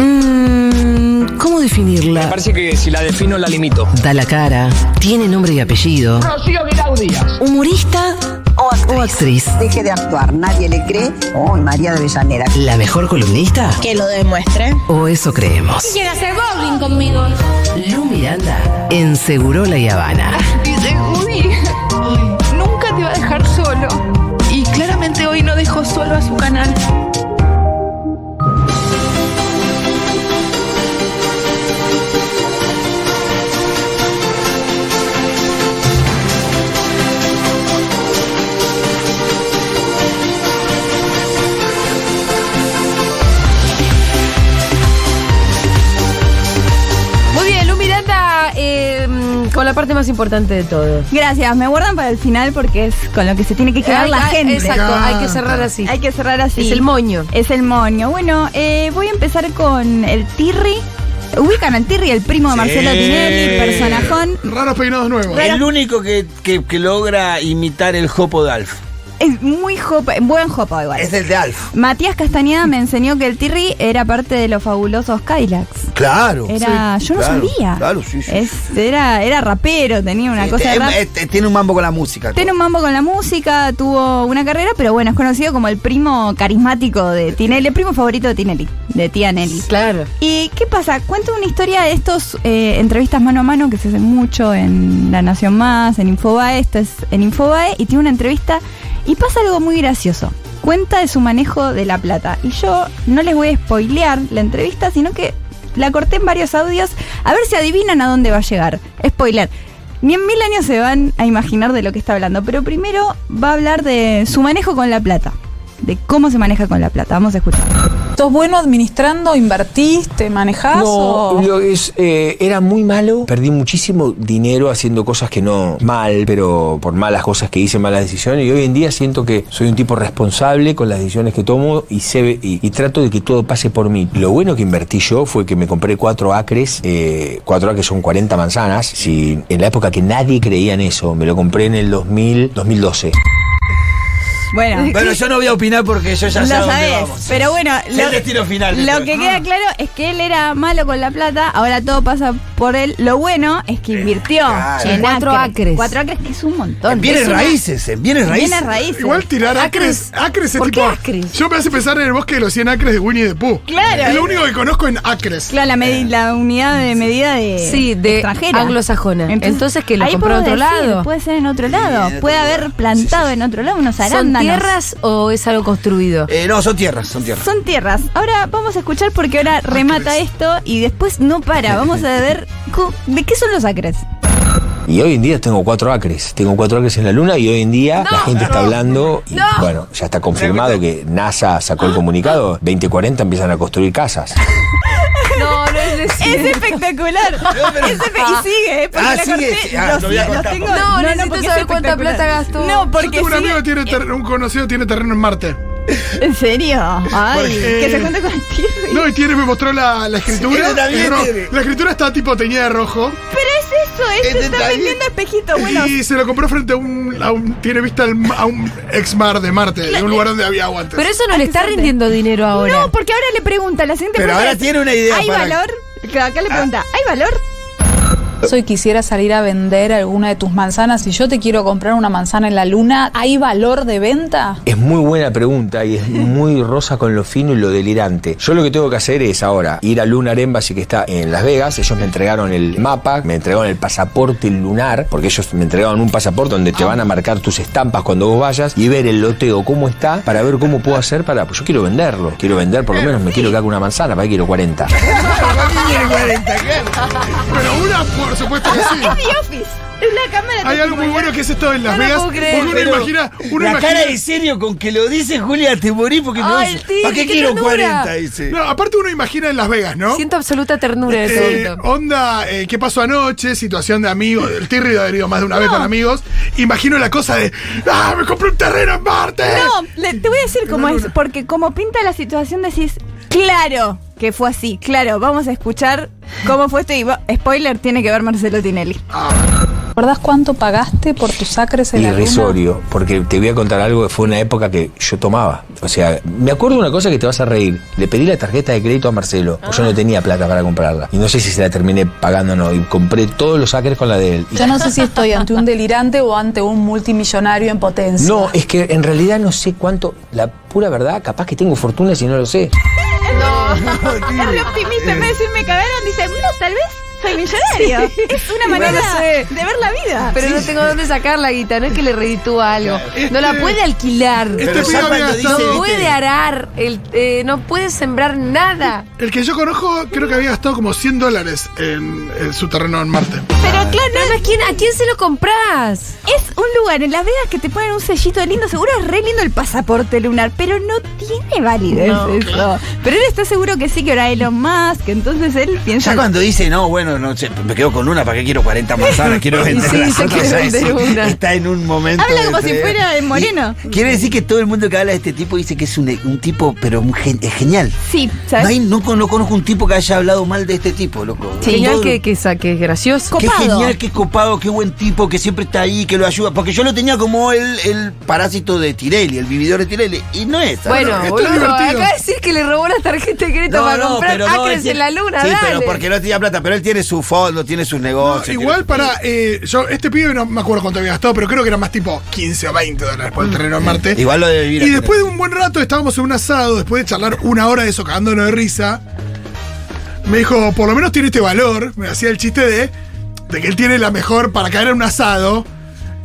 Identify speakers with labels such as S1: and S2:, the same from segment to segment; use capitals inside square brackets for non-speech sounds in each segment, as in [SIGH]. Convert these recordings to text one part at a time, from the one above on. S1: Mm, definirla.
S2: Me parece que si la defino, la limito.
S3: [LAUGHS]
S1: Da la cara, tiene nombre y apellido.
S2: Rocío Guirao Díaz.
S1: Humorista
S4: O actriz.
S1: o actriz.
S4: Deje de actuar, nadie le cree. Oh, María de Avellaneda.
S1: ¿La mejor columnista?
S5: Que lo demuestre.
S1: ¿O eso creemos?
S6: Llega a ser bowling conmigo.
S1: Lu Miranda en Segurola y Habana.
S7: Dice, uy, nunca te va a dejar solo. Y claramente hoy no dejó solo a su canal.
S8: Muy bien, Lu Miranda, eh, mm, con la parte más importante de todo.
S9: Gracias, me guardan para el final porque es con lo que se tiene que quedar
S8: Ay,
S9: la
S8: ay,
S9: gente.
S8: Exacto, hay que cerrar así.
S9: Hay que cerrar así.
S8: Es el moño.
S9: Es el moño. Bueno, eh, voy a empezar con el Tirri. Ubican al Tirri, el primo de Marcelo
S10: Sí.
S9: Tinelli, personajón.
S11: Raros peinados nuevos.
S10: El único que, que- que logra imitar el jopo de Alf.
S9: Es muy jopa, buen jopa igual.
S3: Es el de Alf.
S9: Matías Castañeda me enseñó que el Tirri era parte de los fabulosos Cadillacs.
S3: Claro.
S9: Era,
S3: Sí,
S9: yo no
S3: claro,
S9: sabía.
S3: Claro, sí, sí. sí.
S9: Es- era, era rapero, tenía una
S3: Sí,
S9: cosa de
S3: eh,
S9: rap.
S3: eh, eh, tiene un mambo con la música.
S9: Tiene un mambo con la música, tuvo una carrera, pero bueno, es conocido como el primo carismático de Tinelli, el primo favorito de Tinelli, de tía Nelly.
S8: Claro.
S9: ¿Y qué pasa? Cuento una historia de estos eh, entrevistas mano a mano que se hacen mucho en La Nación Más, en Infobae, esto es en Infobae, y tiene una entrevista y pasa algo muy gracioso. Cuenta de su manejo de la plata. Y yo no les voy a spoilear la entrevista, sino que la corté en varios audios a ver si adivinan a dónde va a llegar. Spoiler. Ni en mil años se van a imaginar de lo que está hablando, pero primero va a hablar de su manejo con la plata. De cómo se maneja con la plata. Vamos a escuchar.
S7: ¿Sos bueno administrando? ¿Invertís? ¿Te manejás?
S2: No, lo es, eh, era muy malo. Perdí muchísimo dinero haciendo cosas que no mal, pero por malas cosas que hice, malas decisiones. Y hoy en día siento que soy un tipo responsable con las decisiones que tomo y, sé- y, y trato de que todo pase por mí. Lo bueno que invertí yo fue que me compré cuatro acres. eh, cuatro acres son 40 manzanas. Si, en la época que nadie creía en eso, me lo compré en el 2000, 2012.
S3: [LAUGHS]
S9: Bueno,
S10: Bueno, yo no voy a opinar porque yo ya sé a
S9: lo
S10: dónde
S9: sabes.
S10: vamos.
S9: Pero bueno,
S10: Es el destino final.
S9: lo que
S8: Ah.
S9: queda claro es que él era malo con la plata, ahora todo pasa por él. Lo bueno es que invirtió
S3: claro.
S9: en
S8: Cuatro acres.
S9: Cuatro acres, que es un montón.
S3: En bienes
S9: Es una-
S3: raíces, en bienes
S9: en
S3: raíces.
S9: bienes raíces.
S11: Igual tirar acres.
S8: Acres.
S11: Acres es
S8: ¿Por
S11: tipo.
S8: qué acres?
S11: Yo me hace pensar en el bosque de los 100 acres de Winnie the Pooh.
S9: Claro.
S11: Es lo único que conozco en acres.
S9: Claro, la, medi- la unidad de medida de
S8: Sí, de
S9: extranjera.
S8: anglosajona. Entonces, que lo
S9: ahí
S8: compró a
S9: puedo
S8: otro
S9: decir,
S8: lado.
S9: Puede ser en otro
S3: en
S9: lado.
S3: otro
S9: puede
S3: lugar.
S9: haber plantado en otro lado unos
S8: ¿Son
S9: arándanos.
S8: tierras o es algo construido?
S3: Eh, no, son tierras, son tierras.
S9: Son tierras. Ahora vamos a escuchar porque ahora remata esto y después
S11: [LAUGHS]
S9: no para. Vamos a ver co- de qué son los acres.
S2: Y hoy en día tengo cuatro acres. Tengo cuatro acres en la luna y hoy en día la gente está hablando. Y bueno, ya está confirmado que NASA sacó el comunicado. 2040 empiezan a construir casas.
S8: No, no es
S9: [LAUGHS] Es espectacular.
S8: [LAUGHS]
S9: Es espe- y sigue, ¿eh? porque
S3: Ah,
S9: la
S3: sigue,
S9: corté,
S3: sí. Ah,
S9: los,
S3: lo voy a
S9: los
S3: cortar,
S9: tengo.
S3: por
S8: favor. No, necesito
S9: porque es
S8: saber cuánta
S9: espectacular.
S8: plata gastó.
S9: No,
S11: Yo
S9: porque
S11: tengo un
S9: sigue-
S11: amigo que tiene terreno- un conocido tiene terreno en Marte.
S9: ¿En serio? Ay,
S11: Porque-
S9: que se
S11: [LAUGHS]
S9: cuente con el tigre.
S11: No, y tiene, me mostró la, la escritura.
S3: Sí, también
S11: Es ro-
S3: tiene.
S11: La escritura está tipo teñida de rojo.
S9: Pero es eso, él
S3: Este
S9: se está
S3: está bien.
S9: vendiendo espejito. Bueno,
S11: Y se lo compró frente a un. a un- tiene vista al ma- a un ex mar de Marte, de un lugar donde había agua antes.
S8: Pero eso no le está
S9: Interesante.
S8: rindiendo dinero ahora.
S9: no, porque ahora le pregunta, la siguiente
S3: Pero
S9: pregunta
S3: ahora
S9: es,
S3: tiene una idea
S9: ¿Hay
S3: para-
S9: valor? Claro, Acá le
S11: Ah.
S9: pregunta, ¿hay valor?
S7: Soy quisiera salir a vender alguna de tus manzanas. Si yo te quiero comprar una manzana en la luna, ¿hay valor de venta?
S2: Es muy buena pregunta y es muy rosa con lo fino y lo delirante. Yo lo que tengo que hacer es ahora ir a Lunar Embassy que está en Las Vegas. Ellos me entregaron el mapa, me entregaron el pasaporte lunar, porque ellos me entregaron un pasaporte donde te van a marcar tus estampas cuando vos vayas y ver el loteo cómo está para ver cómo puedo hacer para. Pues yo quiero venderlo. Quiero vender, por lo menos me quiero que haga una manzana, para que quiero 40.
S11: Pero una, por supuesto que sí.
S9: The Office. Es la cámara
S11: Ah. Hay algo muy bueno que es esto en Las
S8: No lo
S11: Vegas.
S8: puedo creer.
S11: porque uno
S3: Pero
S11: imagina. Uno
S10: la
S11: imagina
S10: cara de serio con que lo dice Julia, te morí porque no.
S8: Ay, el tigre,
S10: ¿Para qué
S8: qué
S10: quiero
S8: ternura.
S10: 40? Dice.
S11: no, aparte uno imagina en Las Vegas, ¿no?
S8: Siento absoluta ternura en
S11: Eh,
S8: ese momento.
S11: onda, eh, ¿qué pasó anoche? Situación de amigos. El Tirri ha ido más de una vez con amigos. Imagino la cosa de. ¡Ah, me compré un terreno en Marte!
S9: No, le- te voy a decir cómo es, porque como pinta la situación decís, claro que fue así, claro, vamos a escuchar cómo fue esto y va- spoiler tiene que ver Marcelo Tinelli.
S7: acordás cuánto pagaste por tus acres en la luna?
S2: Irrisorio, porque te voy a contar algo que fue una época que yo tomaba. O sea, me acuerdo una cosa que te vas a reír. Le pedí la tarjeta de crédito a Marcelo, porque
S9: Ah.
S2: yo no tenía plata para comprarla. Y no sé si se la terminé pagando o no. Y compré todos los acres con la de él. Y-
S7: Yo no sé si estoy ante un delirante o ante un multimillonario en potencia.
S2: No, es que en realidad no sé cuánto. La pura verdad, capaz que tengo fortuna si no lo sé.
S9: Es re optimista, en vez de decir me cagaron, dice, mira, tal vez soy millonario. [LAUGHS] Es una manera de ver la vida.
S8: Pero no tengo dónde sacar la guita, no es que le reditúa algo. No la
S11: Este-
S8: puede alquilar.
S11: Este pibe
S3: ya
S11: había
S3: cuando
S11: gastado.
S3: dice-
S8: No puede arar, el- eh, no puede sembrar nada.
S11: El que yo conozco, creo que había gastado como 100 dólares en, en su terreno en Marte.
S8: Pero claro, ¿a quién, a quién se lo compras?
S9: Es un lugar en Las Vegas que te ponen un sellito lindo, seguro es re lindo el pasaporte lunar, pero no tiene validez eso. Pero él está seguro que sí, que ahora Elon Musk, entonces él piensa...
S3: Ya cuando dice, no, bueno, no sé, me quedo con una, ¿para qué quiero 40 manzanas? Quiero
S8: [LAUGHS]
S3: vender
S8: sí,
S3: las
S8: se
S3: otras",
S8: quiere
S3: ¿sabes?
S8: vender una.
S3: Está en un momento.
S9: Habla como
S3: de-
S9: si fuera de Moreno.
S3: Y Quiere decir que todo el mundo que habla de este tipo dice que es un, un tipo, pero un gen- es genial.
S9: Sí,
S3: No,
S9: ¿sabes?
S3: hay- no con- no conozco un tipo que haya hablado mal de este tipo, loco.
S8: Genial
S3: Todo-
S8: que, que saque, gracioso.
S3: Qué
S9: copado.
S3: genial, qué copado, qué buen tipo, que siempre está ahí, que lo ayuda. Porque yo lo tenía como el, el parásito de Tirelli, el vividor de Tirelli. Y no es. ¿sabes?
S8: Bueno,
S11: es
S8: boludo,
S11: divertido.
S8: acá decir que le robó la tarjeta de crédito para comprar acres
S3: él
S8: en la
S3: tiene-
S8: luna,
S3: Sí,
S8: dale.
S3: pero porque no tenía plata, pero él tiene su fondo, tiene sus negocios. tiene-
S11: Igual para. eh, yo, este pibe no me acuerdo cuánto había gastado, pero creo que era más tipo 15 o 20 dólares por el terreno en Marte.
S3: Igual lo de vivir.
S11: Y
S3: acá.
S11: después de un buen rato estábamos en un asado, después de charlar una hora de eso, cagándonos de risa, me dijo, por lo menos tiene este valor, me hacía el chiste de, de que él tiene la mejor para caer en un asado.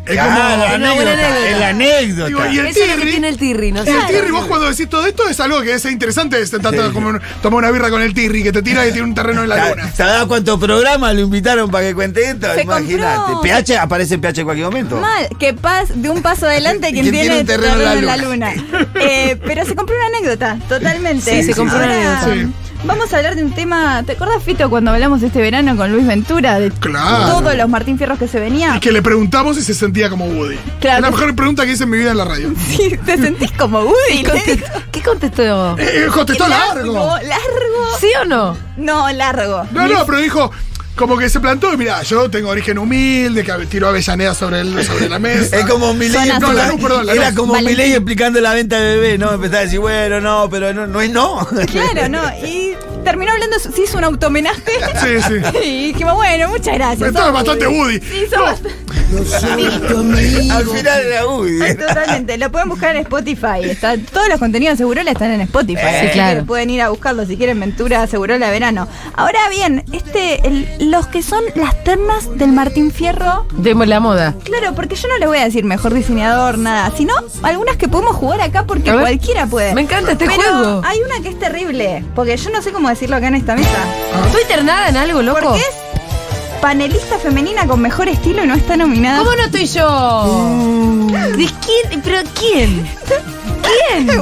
S11: Es
S3: Ah, la
S11: como...
S8: una buena
S3: anécdota,
S8: anécdota.
S3: la anécdota.
S11: Digo, y el
S8: Eso es lo que
S11: tirri,
S8: tiene el tirri, ¿no?
S11: y el
S8: sabes?
S11: tirri, vos cuando decís todo esto es algo que es interesante, es tanto como un- tomar una birra con el tirri, que te tira y tiene un terreno en la luna.
S3: ¿Sabés cuántos programas lo invitaron para que cuente esto?
S9: Se
S3: Imagínate.
S9: compró.
S3: PH aparece en PH en cualquier momento.
S9: Mal, que pas de un paso adelante quien,
S3: Quien
S9: tiene,
S3: tiene un terreno en
S9: en
S3: la
S9: la luna. Eh, pero se compró una anécdota, totalmente.
S8: Sí, se compró una
S9: Ahora,
S11: anécdota.
S9: Vamos a hablar de un tema. ¿Te acuerdas, Fito, cuando hablamos este verano con Luis Ventura? De
S11: Claro.
S9: todos los Martín Fierros que se venían.
S11: Y que le preguntamos si se sentía como Woody.
S9: Claro.
S11: Es la mejor pregunta que hice en mi vida en la radio.
S9: [LAUGHS] Sí, te sentís como Woody. le dijo.
S8: Contestó- ¿Qué contestó?
S11: Eh, eh, contestó largo.
S9: Largo.
S8: ¿Sí o no?
S9: No, largo.
S11: No, no, pero dijo, como que se plantó, y mirá, yo tengo origen humilde, que tiro avellaneda sobre, el, sobre la mesa.
S3: Es como mi ley.
S9: Zona
S11: No, Lanús, perdón, Lanús.
S3: Era como
S9: Valentín.
S3: mi ley explicando la venta de bebé, ¿no? Empezaba a decir, bueno, no, pero no, no es no.
S9: Claro, no. Y terminó hablando, se hizo un automenaje.
S11: Sí, sí.
S9: [LAUGHS] Y dijimos, bueno, muchas gracias.
S11: Esto
S9: sos
S11: es bastante Woody.
S9: Sí, sos bastante-
S3: [LAUGHS] Al final era uy.
S9: Ah, Totalmente, lo pueden buscar en Spotify. Está, todos los contenidos de Segurola están en Spotify.
S3: Sí,
S9: así que
S8: claro.
S9: pueden ir a buscarlo si quieren Ventura Segurola Verano. Ahora bien, este, el- los que son las ternas del Martín Fierro.
S8: Demos la moda.
S9: Claro, porque yo no les voy a decir mejor diseñador, nada, sino algunas que podemos jugar acá porque
S8: A ver.
S9: cualquiera puede.
S8: Me encanta este
S9: Pero
S8: juego.
S9: Hay una que es terrible, porque yo no sé cómo decirlo acá en esta mesa.
S8: ¿Estoy internada en algo, loco?
S9: Porque es panelista femenina con mejor estilo y no está nominada.
S8: ¿Cómo no Ah, estoy yo? ¿De quién? ¿Pero quién?
S9: [LAUGHS]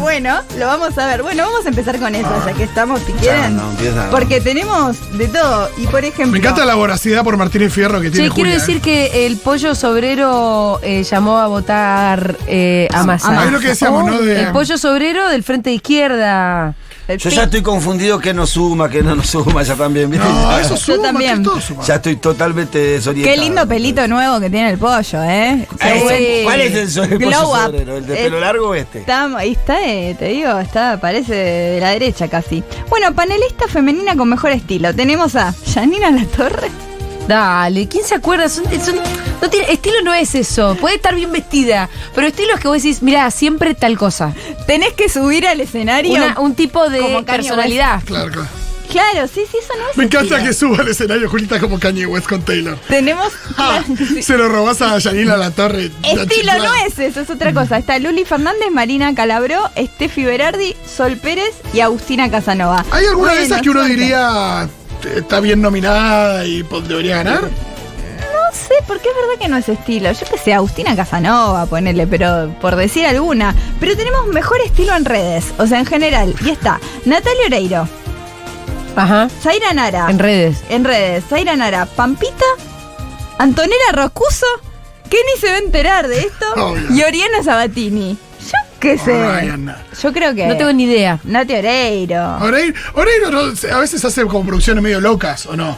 S9: Bueno, lo vamos a ver. Bueno, vamos a empezar con eso, ya que estamos, si quieren.
S3: no, empieza, no.
S9: Porque tenemos de todo. Y por ejemplo.
S11: Me encanta la voracidad por Martínez Fierro que tiene
S8: Che, quiero
S11: Julia,
S8: decir
S11: ¿eh?
S8: que el pollo sobrero eh, llamó a votar eh, a Massa.
S11: Ah, es lo que decíamos, ¿no? De-
S8: El pollo sobrero del frente de izquierda.
S9: el
S3: Yo
S9: pi-
S3: ya estoy confundido que nos suma, que no nos suma, ya también. ¿viste?
S11: No, Ah, eso suma,
S9: también.
S11: que todo suma.
S3: Ya estoy totalmente desorientado.
S9: Qué lindo pelito nuevo que tiene el pollo, ¿eh?
S3: Ahí
S9: Qué
S3: son-
S9: buen-
S3: Ah, ¿Cuál es el sobre?
S9: Glow up.
S3: ¿El de pelo
S9: Eh,
S3: largo o este?
S9: Está, ahí está, eh, te digo, está, parece de la derecha casi. Bueno, panelista femenina con mejor estilo. Tenemos a Janina La Torre. [LAUGHS]
S8: Dale, ¿quién se acuerda? Son- son- no tiene- estilo no es eso. Puede estar bien vestida, pero estilo es que vos decís, mira, siempre tal cosa.
S9: Tenés que subir al escenario.
S8: Una- un tipo de
S9: Como Kanye
S8: personalidad.
S11: Claro, claro.
S9: Claro, sí, sí, eso no es.
S11: Me encanta
S9: estilo.
S11: que suba al escenario Julita como Kanye West con Taylor.
S9: Tenemos.
S11: Ah, Se lo robás a Yanina [LAUGHS] La Torre.
S9: Estilo no es eso, es otra cosa. Está Luli Fernández, Marina Calabró, Steffi Berardi, Sol Pérez y Agustina Casanova.
S11: ¿Hay alguna
S9: Bueno,
S11: de esas que uno
S9: suerte.
S11: diría eh, está bien nominada y po- debería ganar?
S9: No sé, porque es verdad que no es estilo. Yo qué sé, Agustina Casanova, ponele, pero por decir alguna. Pero tenemos mejor estilo en redes, o sea, en general. Y está Natalia Oreiro,
S8: Ajá.
S9: Zaira Nara.
S8: En redes.
S9: En redes, Zaira Nara, Pampita, Antonella Roscuso, que ni se va a enterar de esto,
S11: [LAUGHS] Obvio.
S9: y Oriana Sabatini. Yo qué sé.
S11: Oriana.
S9: Yo creo que.
S8: No tengo ni idea.
S9: Nati Oreiro.
S11: Oreiro, Oreiro no- a veces hace como producciones medio locas, ¿o no?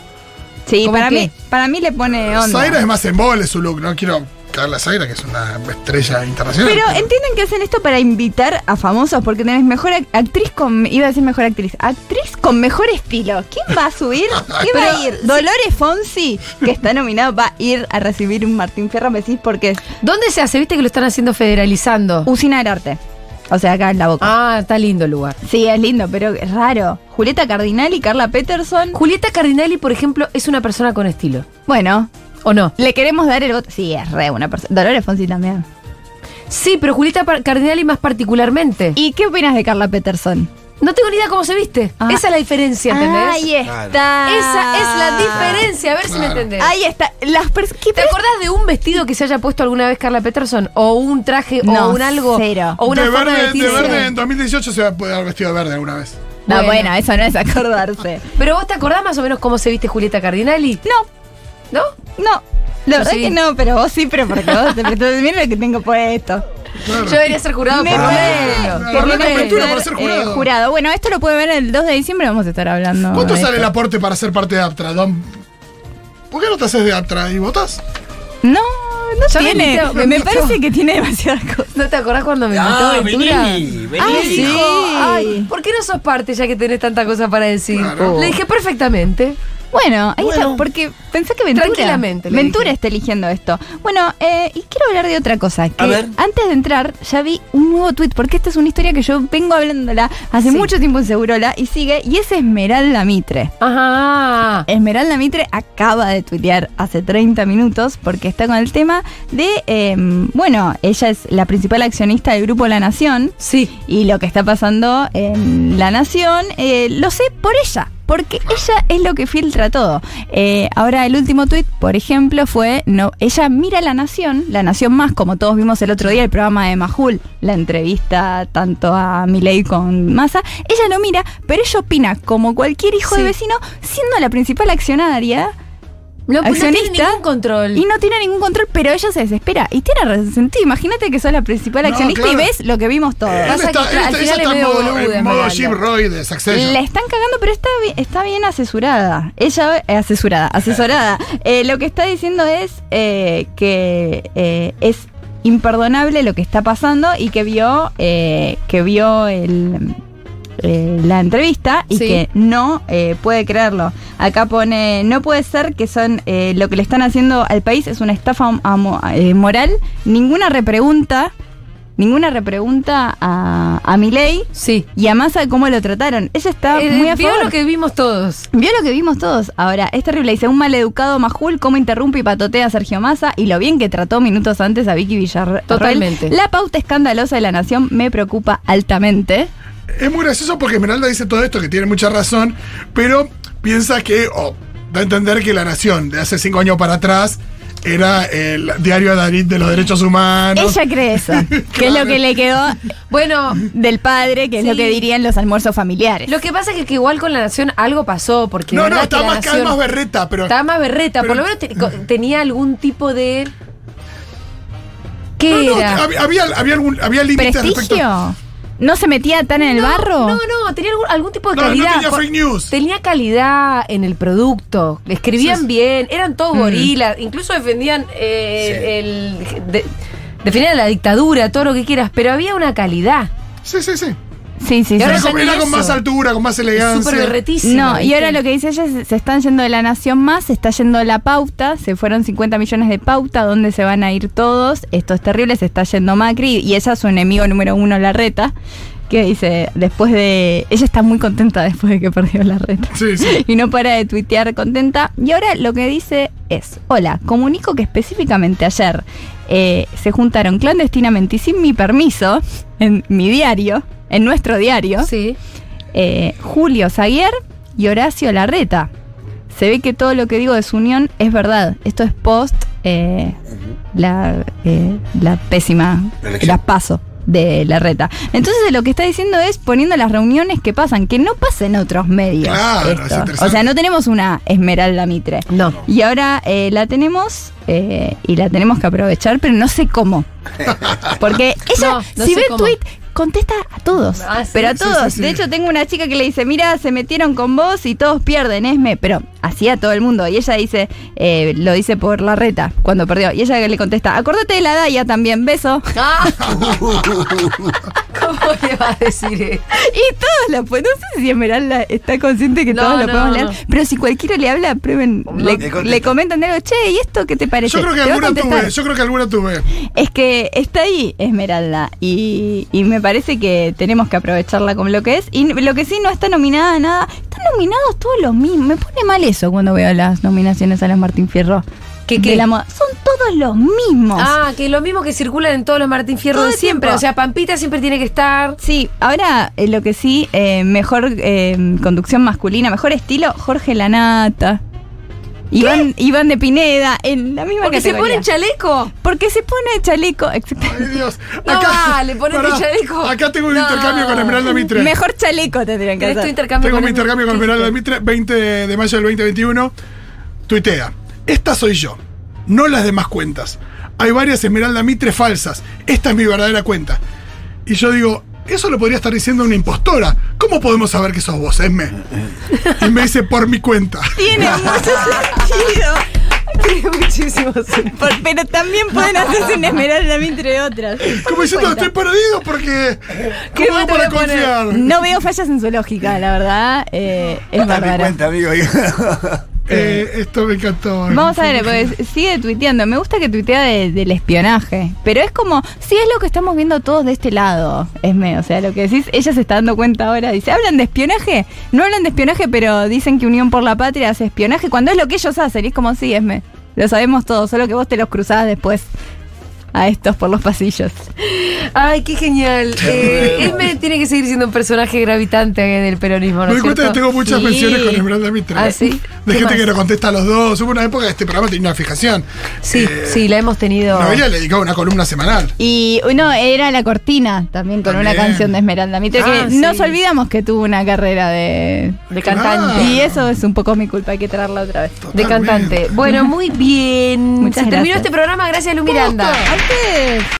S9: Sí,
S8: ¿Cómo
S9: para
S8: qué?
S9: mí, para mí le pone onda.
S11: Zaira es más embole su look, no quiero cagarle a Zaira, que es una estrella internacional.
S9: Pero entienden que hacen esto para invitar a famosos porque tenés mejor ac- actriz con. Iba a decir mejor actriz. Actriz con mejor estilo. ¿Quién va
S11: [LAUGHS]
S9: a subir? ¿Quién va a ir? Dolores Fonsi, que está nominado, va a ir a recibir un Martín Fierro Mesís porque es
S8: ¿Dónde se hace? Viste que lo están haciendo
S11: Ah.
S8: federalizando.
S9: usina del arte. O sea, acá en la boca.
S8: Ah, está lindo el lugar.
S9: Sí, es lindo, pero es raro. Julieta Cardinal y Carla Peterson.
S8: Julieta Cardinali, por ejemplo, es una persona con estilo.
S9: Bueno,
S8: ¿O no?
S9: le queremos dar el voto. Sí, es re una persona. Dolores Fonsi también.
S8: Sí, pero Julieta Par- Cardinali más particularmente.
S9: ¿Y qué opinas de Carla Peterson?
S8: No tengo ni idea cómo se viste.
S9: Ah.
S8: Esa es la diferencia, ¿entendés?
S9: Ahí está.
S8: Esa es
S9: ah.
S8: la diferencia. A ver si me entendés.
S9: Ahí está. Las pers- ¿Qué
S8: ¿Te
S9: pers-
S8: acordás de un vestido que se haya puesto alguna vez Carla Peterson? O un traje,
S9: No,
S8: o un algo.
S9: cero.
S8: O una
S11: de,
S8: forma de
S11: verde, de
S8: vestirse.
S11: verde, en 2018 se va a poder haber vestido de verde alguna vez.
S9: No,
S8: Bueno.
S9: bueno. eso no
S8: [LAUGHS]
S9: es acordarse.
S8: Pero vos te acordás más o menos cómo se viste Julieta Cardinali,
S9: No,
S8: ¿no?
S9: no. La verdad
S8: sí.
S9: que no, pero vos sí, pero porque vos te [LAUGHS] prestás- mira lo que tengo puesto.
S11: Claro.
S8: Yo debería ser jurado por
S9: Me-
S8: lo
S11: Ah,
S8: menos.
S11: por
S8: Por lo
S11: la cobertura,
S8: menos.
S11: para ser jurado.
S9: eh, jurado. Bueno, esto lo pueden ver el 2 de diciembre, vamos a estar hablando.
S11: ¿Cuánto
S9: de
S11: sale el
S9: esto.
S11: aporte para ser parte de Aptra? Don? ¿Por qué no te haces de Aptra y votas?
S9: No, no
S8: Ya me
S9: tiene.
S8: invitó, me
S9: me
S8: invitó.
S9: parece que tiene demasiadas cosas.
S8: ¿No te acordás cuando me mató
S3: Ah,
S8: Ventura?
S3: vení, vení.
S9: Ah, sí.
S8: Ay, ¿por qué no sos parte ya que tenés tanta cosa para decir?
S11: Claro.
S8: Le dije perfectamente.
S9: Bueno, ahí
S3: Bueno.
S9: está, porque pensé que Ventura.
S8: Tranquilamente, le
S9: Ventura
S8: dije.
S9: está eligiendo esto. Bueno, eh, y quiero hablar de otra cosa. Que
S3: A ver.
S9: Antes de entrar, ya vi un nuevo tuit, porque esta es una historia que yo vengo hablándola hace
S8: Sí.
S9: mucho tiempo en Segurola y sigue, y es Esmeralda Mitre.
S8: Ajá.
S9: Esmeralda Mitre acaba de tuitear hace 30 minutos porque está con el tema de, eh, bueno, ella es la principal accionista del grupo La Nación
S8: Sí.
S9: y lo que está pasando en La Nación, eh, lo sé por ella. Porque ella es lo que filtra todo. Eh, ahora, el último tuit, por ejemplo, fue: no, ella mira La Nación, La Nación más, como todos vimos el otro día, el programa de Majul, la entrevista tanto a Milei con Massa. Ella lo mira, pero ella opina como cualquier hijo
S8: Sí.
S9: de vecino, siendo la principal accionaria
S8: No, pues no tiene
S9: Accionista.
S8: ningún control.
S9: y no tiene ningún control, pero ella se desespera. Y tiene resentido. Imagínate que sos la principal
S11: No,
S9: accionista y
S11: claro.
S9: ves lo que vimos todos.
S11: Él
S8: Pasa
S11: está,
S8: que,
S11: él
S8: claro,
S11: está-
S8: al
S11: ella
S8: final
S11: está
S8: es
S11: en
S8: medio
S11: modo,
S8: boluda,
S11: en modo
S8: Esmeralda.
S11: Jim Roy de Succession.
S9: La están cagando, pero está, bi- está bien asesorada. Ella, eh, asesorada, asesorada. Eh, lo que está diciendo es eh, que eh, es imperdonable lo que está pasando y que vio, eh, que vio el, eh, la entrevista y
S8: Sí.
S9: que no eh, puede creerlo. Acá pone, no puede ser que son eh, lo que le están haciendo al país es una estafa amo- eh, moral, ninguna repregunta, ninguna repregunta a, a mi ley.
S8: Sí.
S9: Y a Massa cómo lo trataron. Ella está
S8: Eh,
S9: Ah, muy a
S8: vio
S9: favor.
S8: lo que vimos todos.
S9: Vio lo que vimos todos. Ahora, es terrible. Dice, un maleducado Majul, cómo interrumpe y patotea a Sergio Massa y lo bien que trató minutos antes a Vicky Villarreal.
S8: Totalmente.
S9: La pauta escandalosa de la nación me preocupa altamente.
S11: Es muy gracioso porque Esmeralda dice todo esto, que tiene mucha razón, pero piensa que, o da a entender que la nación de hace cinco años para atrás era el diario Adalid de los derechos humanos.
S9: Ella cree eso, que es lo que le quedó
S8: Bueno,
S9: del padre, que es lo
S8: Sí.
S9: que dirían los almuerzos familiares.
S8: lo que pasa es que, igual con la Nación algo pasó. Porque
S11: no,
S8: la
S11: no,
S8: verdad
S11: está
S8: que la
S11: más
S8: Nación-
S11: calma, más berreta, pero.
S8: Estaba más berreta, por
S11: Pero-
S8: lo menos te- co- tenía algún tipo de.
S11: No,
S8: ¿Qué
S11: no,
S8: era?
S11: había, había, había algún- había límites respecto.
S9: ¿Prestigio? ¿No se metía tan en el barro?
S8: No, no, tenía algún, algún tipo de
S11: No, no
S8: calidad.
S11: tenía
S8: Cu-
S11: fake news.
S8: Tenía calidad en el producto. Le Escribían
S11: Sí, Mm. sí.
S8: bien, eran todos gorilas, incluso defendían eh, el. de- defendían la dictadura, todo lo que quieras, pero había una calidad.
S11: Sí, sí, sí.
S9: Sí, sí,
S8: Y
S9: sí.
S8: ahora
S11: Era
S8: ya
S11: con,
S8: ni
S11: era con
S8: eso.
S11: más altura, con más elegancia.
S8: Súper berretísima.
S9: No, y
S8: ¿viste?
S9: ahora lo que dice ella es, se están yendo de la nación más, se está yendo la pauta, se fueron 50 millones de pauta, ¿dónde se van a ir todos? Esto es terrible, se está yendo Macri y ella su enemigo número uno, la reta, que dice, después de... Ella está muy contenta después de que perdió la reta.
S11: Sí, sí.
S9: [LAUGHS] Y no para de tuitear contenta. Y ahora lo que dice es, hola, comunico que específicamente ayer eh, se juntaron clandestinamente y sin mi permiso en mi diario, en nuestro diario
S8: Sí.
S9: eh, Julio Zaguier y Horacio Larreta. Se ve que todo lo que digo de su unión es verdad. Esto es post eh, la, eh, la pésima,
S3: La elección.
S9: la paso de Larreta. Entonces lo que está diciendo es poniendo las reuniones que pasan, que no pasen en otros medios.
S11: Claro, es
S9: esto.
S11: interesante.
S9: o sea, no tenemos una Esmeralda Mitre.
S8: No.
S9: Y ahora eh, la tenemos eh, y la tenemos que aprovechar, pero no sé cómo. Porque ella,
S8: No, no
S9: si
S8: sé
S9: ve el
S8: cómo.
S9: tweet, contesta a todos.
S8: Ah, sí,
S9: pero a
S11: sí,
S9: todos.
S11: sí, sí.
S9: De hecho, tengo una chica que le dice, mira, se metieron con vos y todos pierden, Esme. Pero así a todo el mundo. Y ella dice, eh, lo dice por la reta cuando perdió. Y ella le contesta, acordate de la Daya también, beso.
S8: Ah, [LAUGHS] ¿Cómo le va a decir eso?
S9: Y todos la pueden. No sé si Esmeralda está consciente que
S8: No,
S9: todos lo
S8: no,
S9: podemos
S8: no.
S9: leer. Pero si cualquiera le habla, prueben, le,
S3: le contesta.
S9: le comentan algo, che, ¿y esto qué te parece?
S11: Yo creo que
S9: Te va a
S11: alguna
S9: contestar.
S11: tuve, yo creo que alguna tuve.
S9: Es que está ahí Esmeralda y, y me parece que tenemos que aprovecharla como lo que es. Y lo que sí no está nominada a nada, están nominados todos los mismos. Me pone mal eso cuando veo las nominaciones a las Martín Fierro.
S8: ¿Qué, qué?
S9: De la moda. Son todos los mismos.
S8: Ah, que lo mismo que circulan en todos los Martín Fierro
S9: Todo
S8: de
S9: el
S8: siempre.
S9: tiempo.
S8: O sea, Pampita siempre tiene que estar.
S9: Sí, ahora eh, lo que sí, eh, mejor eh, conducción masculina, mejor estilo, Jorge Lanata. Iván, Iván de Pineda, en la misma
S8: Porque se
S9: categoría.
S8: ponen chaleco.
S9: Porque se pone chaleco, exactamente.
S11: Ay, Dios.
S8: No vale, ponete
S11: Pará,
S8: chaleco.
S11: Acá tengo un
S8: No.
S11: intercambio con Esmeralda Mitre.
S9: Mejor chaleco tendrían que
S8: ¿Querés tu
S9: hacer.
S8: intercambio
S11: Tengo
S8: con
S11: mi
S8: el-
S11: intercambio con Esmeralda Mitre, 20 de mayo del 2021. Tuitea. Esta soy yo, no las demás cuentas. Hay varias Esmeralda Mitre falsas. Esta es mi verdadera cuenta. Y yo digo, eso lo podría estar diciendo una impostora. ¿Cómo podemos saber que sos vos, Esme? Y me dice, por mi cuenta.
S8: [LAUGHS]
S9: Tiene mucho sentido.
S8: Tiene muchísimo sentido.
S9: Por- pero también pueden hacerse una esmeralda entre otras.
S11: Como diciendo, estoy perdido porque.
S8: ¿Qué
S11: ¿Cómo
S8: más te
S11: hago para
S8: voy a poner?
S11: confiar? Ah,
S9: No veo fallas en su lógica, la verdad. eh, es bárbara.
S3: cuenta,
S11: [LAUGHS]
S3: amigo.
S11: Eh, esto me encantó.
S9: Vamos a ver, pues sigue tuiteando. Me gusta que tuitea de- del espionaje. Pero es como, sí es lo que estamos viendo todos de este lado. Esme, o sea, lo que decís, ella se está dando cuenta ahora. Dice, ¿hablan de espionaje? No hablan de espionaje, pero dicen que Unión por la Patria hace espionaje cuando es lo que ellos hacen. Y es como, sí, Esme. Lo sabemos todos, solo que vos te los cruzás después a estos por los pasillos.
S8: Ay, qué genial. Eh, Esme tiene que seguir siendo un personaje gravitante del peronismo. ¿no
S11: Me
S8: es
S11: doy cuenta que
S8: cierto?
S11: tengo muchas
S8: Sí.
S11: menciones con Esmeralda Mitre.
S8: Ah, ¿sí?
S11: De
S8: ¿Qué
S11: gente
S8: más?
S11: que no contesta a los dos. Hubo una época que este programa tenía una fijación.
S8: Sí, sí, la hemos tenido.
S11: Noelia le dedicaba una columna semanal.
S9: Y no, era la cortina también con una
S11: También.
S9: canción de Esmeralda Mitre,
S8: Ah,
S9: que
S8: sí.
S9: nos olvidamos que tuvo una carrera de.
S8: De cantante.
S11: Claro.
S9: Y eso es un poco mi culpa, hay que traerla otra vez.
S8: De
S11: Totalmente.
S8: cantante. Bueno, muy bien.
S9: Muchas
S8: Se terminó
S9: gracias.
S8: este programa. Gracias, Lu Miranda.
S9: Antes.